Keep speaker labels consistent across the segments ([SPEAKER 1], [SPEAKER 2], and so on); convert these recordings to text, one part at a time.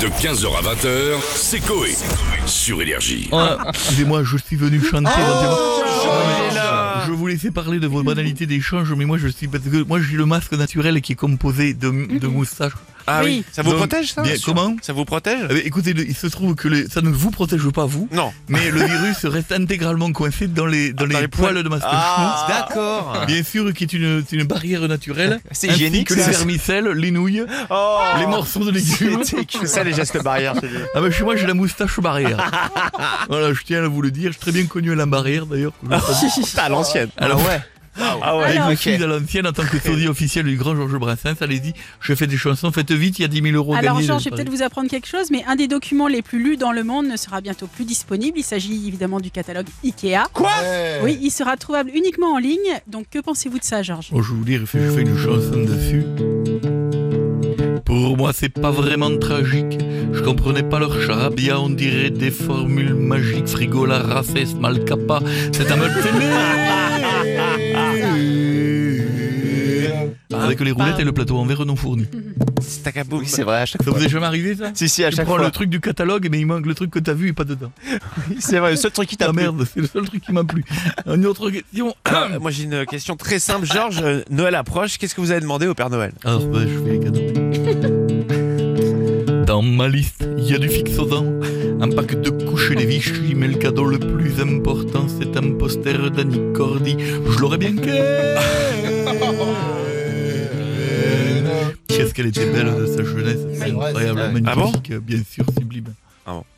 [SPEAKER 1] De 15h à 20h, c'est Coé. Sur Énergie.
[SPEAKER 2] Excusez-moi, je suis venu chanter. Ah,
[SPEAKER 3] Jean, il est là.
[SPEAKER 2] je vous laissais parler de vos banalités d'échange, mais moi je suis parce que moi j'ai le masque naturel qui est composé de, de moustaches.
[SPEAKER 3] Ah oui. Ça vous
[SPEAKER 2] Donc,
[SPEAKER 3] protège ça
[SPEAKER 2] bien, Comment
[SPEAKER 3] Ça vous protège
[SPEAKER 2] Eh bien, Écoutez, le- il se trouve que le- ça ne vous protège pas vous,
[SPEAKER 3] Non.
[SPEAKER 2] mais le virus reste intégralement coincé dans les dans,
[SPEAKER 3] Ah,
[SPEAKER 2] les, poils de masque.
[SPEAKER 3] Ah, d'accord.
[SPEAKER 2] chou. Bien sûr, qui est une, c'est une barrière naturelle.
[SPEAKER 3] C'est
[SPEAKER 2] ainsi
[SPEAKER 3] hygiénique,
[SPEAKER 2] Que les
[SPEAKER 3] ça.
[SPEAKER 2] vermicelles, les nouilles,
[SPEAKER 3] Oh,
[SPEAKER 2] les morceaux de légumes.
[SPEAKER 3] C'est ça les gestes barrières chez lui.
[SPEAKER 2] Ah bah chez moi j'ai la moustache barrière. voilà, je tiens à vous le dire, j'ai très bien connu la barrière d'ailleurs.
[SPEAKER 3] Ah, à l'ancienne.
[SPEAKER 2] Alors ouais.
[SPEAKER 3] Ah ouais.
[SPEAKER 2] Avec
[SPEAKER 4] Alors,
[SPEAKER 2] le
[SPEAKER 3] ok.
[SPEAKER 2] fils à l'ancienne en tant que sosie officiel du grand Georges Brassens, allez-y, je fais des chansons, faites vite, il y a 10 000 euros
[SPEAKER 4] Alors
[SPEAKER 2] gagnés.
[SPEAKER 4] Jean, je vais peut-être vous apprendre quelque chose, mais un des documents les plus lus dans le monde ne sera bientôt plus disponible. Il s'agit évidemment du catalogue Ikea.
[SPEAKER 3] Quoi
[SPEAKER 4] Oui, il sera trouvable uniquement en ligne. Donc que pensez-vous de ça, Georges
[SPEAKER 2] Bon, Oh, je vais vous dire, je fais- je fais une chanson dessus. Pour moi, c'est pas vraiment tragique. Je comprenais pas leur charabia, on dirait des formules magiques. Frigo, la racesse, malcapa, c'est un meuble télé. Ah, Avec les roulettes et le plateau en verre non fourni.
[SPEAKER 3] C'est Takaboum.
[SPEAKER 5] Oui, c'est vrai, à chaque
[SPEAKER 2] Ça vous est jamais arrivé ça
[SPEAKER 3] Si, si, à
[SPEAKER 2] Tu
[SPEAKER 3] chaque
[SPEAKER 2] prends
[SPEAKER 3] fois.
[SPEAKER 2] le truc du catalogue, mais il manque le truc que t'as vu et pas dedans.
[SPEAKER 3] C'est vrai, le seul truc qui
[SPEAKER 2] Ah
[SPEAKER 3] plu.
[SPEAKER 2] merde, c'est le seul truc qui m'a plu. Une autre question.
[SPEAKER 3] Euh, Moi j'ai une question très simple, Georges. euh, Noël approche, qu'est-ce que vous avez demandé au Père Noël
[SPEAKER 2] Alors, bah, je fais les cadeaux. Dans ma liste, il y a du fixe aux dents, un pack de couches et des Vichy, mais le cadeau le plus important, c'est un poster d'Annie Cordy. Je l'aurais bien que. Qu'est-ce qu'elle était belle de sa jeunesse, c'est
[SPEAKER 6] vrai,
[SPEAKER 2] incroyable,
[SPEAKER 5] c'est vrai.
[SPEAKER 2] magnifique,
[SPEAKER 3] Ah bon
[SPEAKER 2] euh, bien sûr, sublime.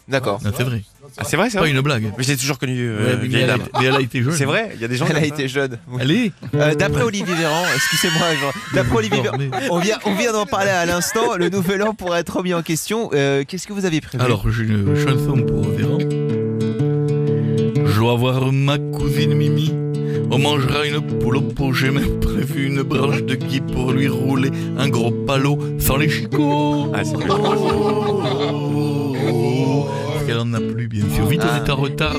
[SPEAKER 5] D'accord.
[SPEAKER 2] Non, c'est vrai,
[SPEAKER 3] Ah, C'est vrai, c'est
[SPEAKER 2] pas
[SPEAKER 3] vrai.
[SPEAKER 2] une blague.
[SPEAKER 3] Mais j'ai toujours connu
[SPEAKER 2] Ouais,
[SPEAKER 3] euh,
[SPEAKER 2] mais,
[SPEAKER 3] vieille
[SPEAKER 2] elle a,
[SPEAKER 3] dame.
[SPEAKER 2] mais elle a été jeune.
[SPEAKER 3] C'est vrai, il y a des gens.
[SPEAKER 5] Elle a
[SPEAKER 3] comme
[SPEAKER 5] été jeune. Oui.
[SPEAKER 2] Allez,
[SPEAKER 5] Euh, D'après Olivier Véran, excusez-moi, Jean, d'après Olivier Véran, on vient, on vient d'en parler à l'instant, le nouvel an pourrait être remis en question. Euh, Qu'est-ce que vous avez prévu
[SPEAKER 2] Alors, j'ai une chanson pour Véran. Je dois voir ma cousine Mimi. On mangera une poule au pot. J'ai même prévu une branche de gui pour lui rouler un gros palot sans les chicots. Oh.
[SPEAKER 3] ça. Ah, c'est vrai.
[SPEAKER 2] Parce qu'elle en a plus, bien sûr. Vite, on est en retard.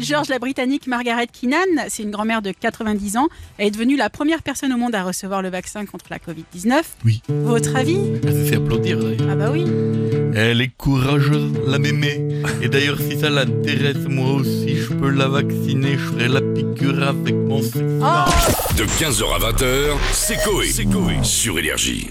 [SPEAKER 4] Georges, la Britannique Margaret Keenan, c'est une grand-mère de 90 ans, elle est devenue la première personne au monde à recevoir le vaccin contre la Covid-19.
[SPEAKER 2] Oui.
[SPEAKER 4] Votre avis
[SPEAKER 2] Elle s'est fait applaudir. d'ailleurs.
[SPEAKER 4] Ah bah oui.
[SPEAKER 2] Elle est courageuse, la mémé. Et d'ailleurs, si ça l'intéresse, moi aussi, je peux la vacciner. Je ferai la piqûre avec mon
[SPEAKER 4] Oh
[SPEAKER 1] De 15h à 20h, c'est Coé. Sur Énergie.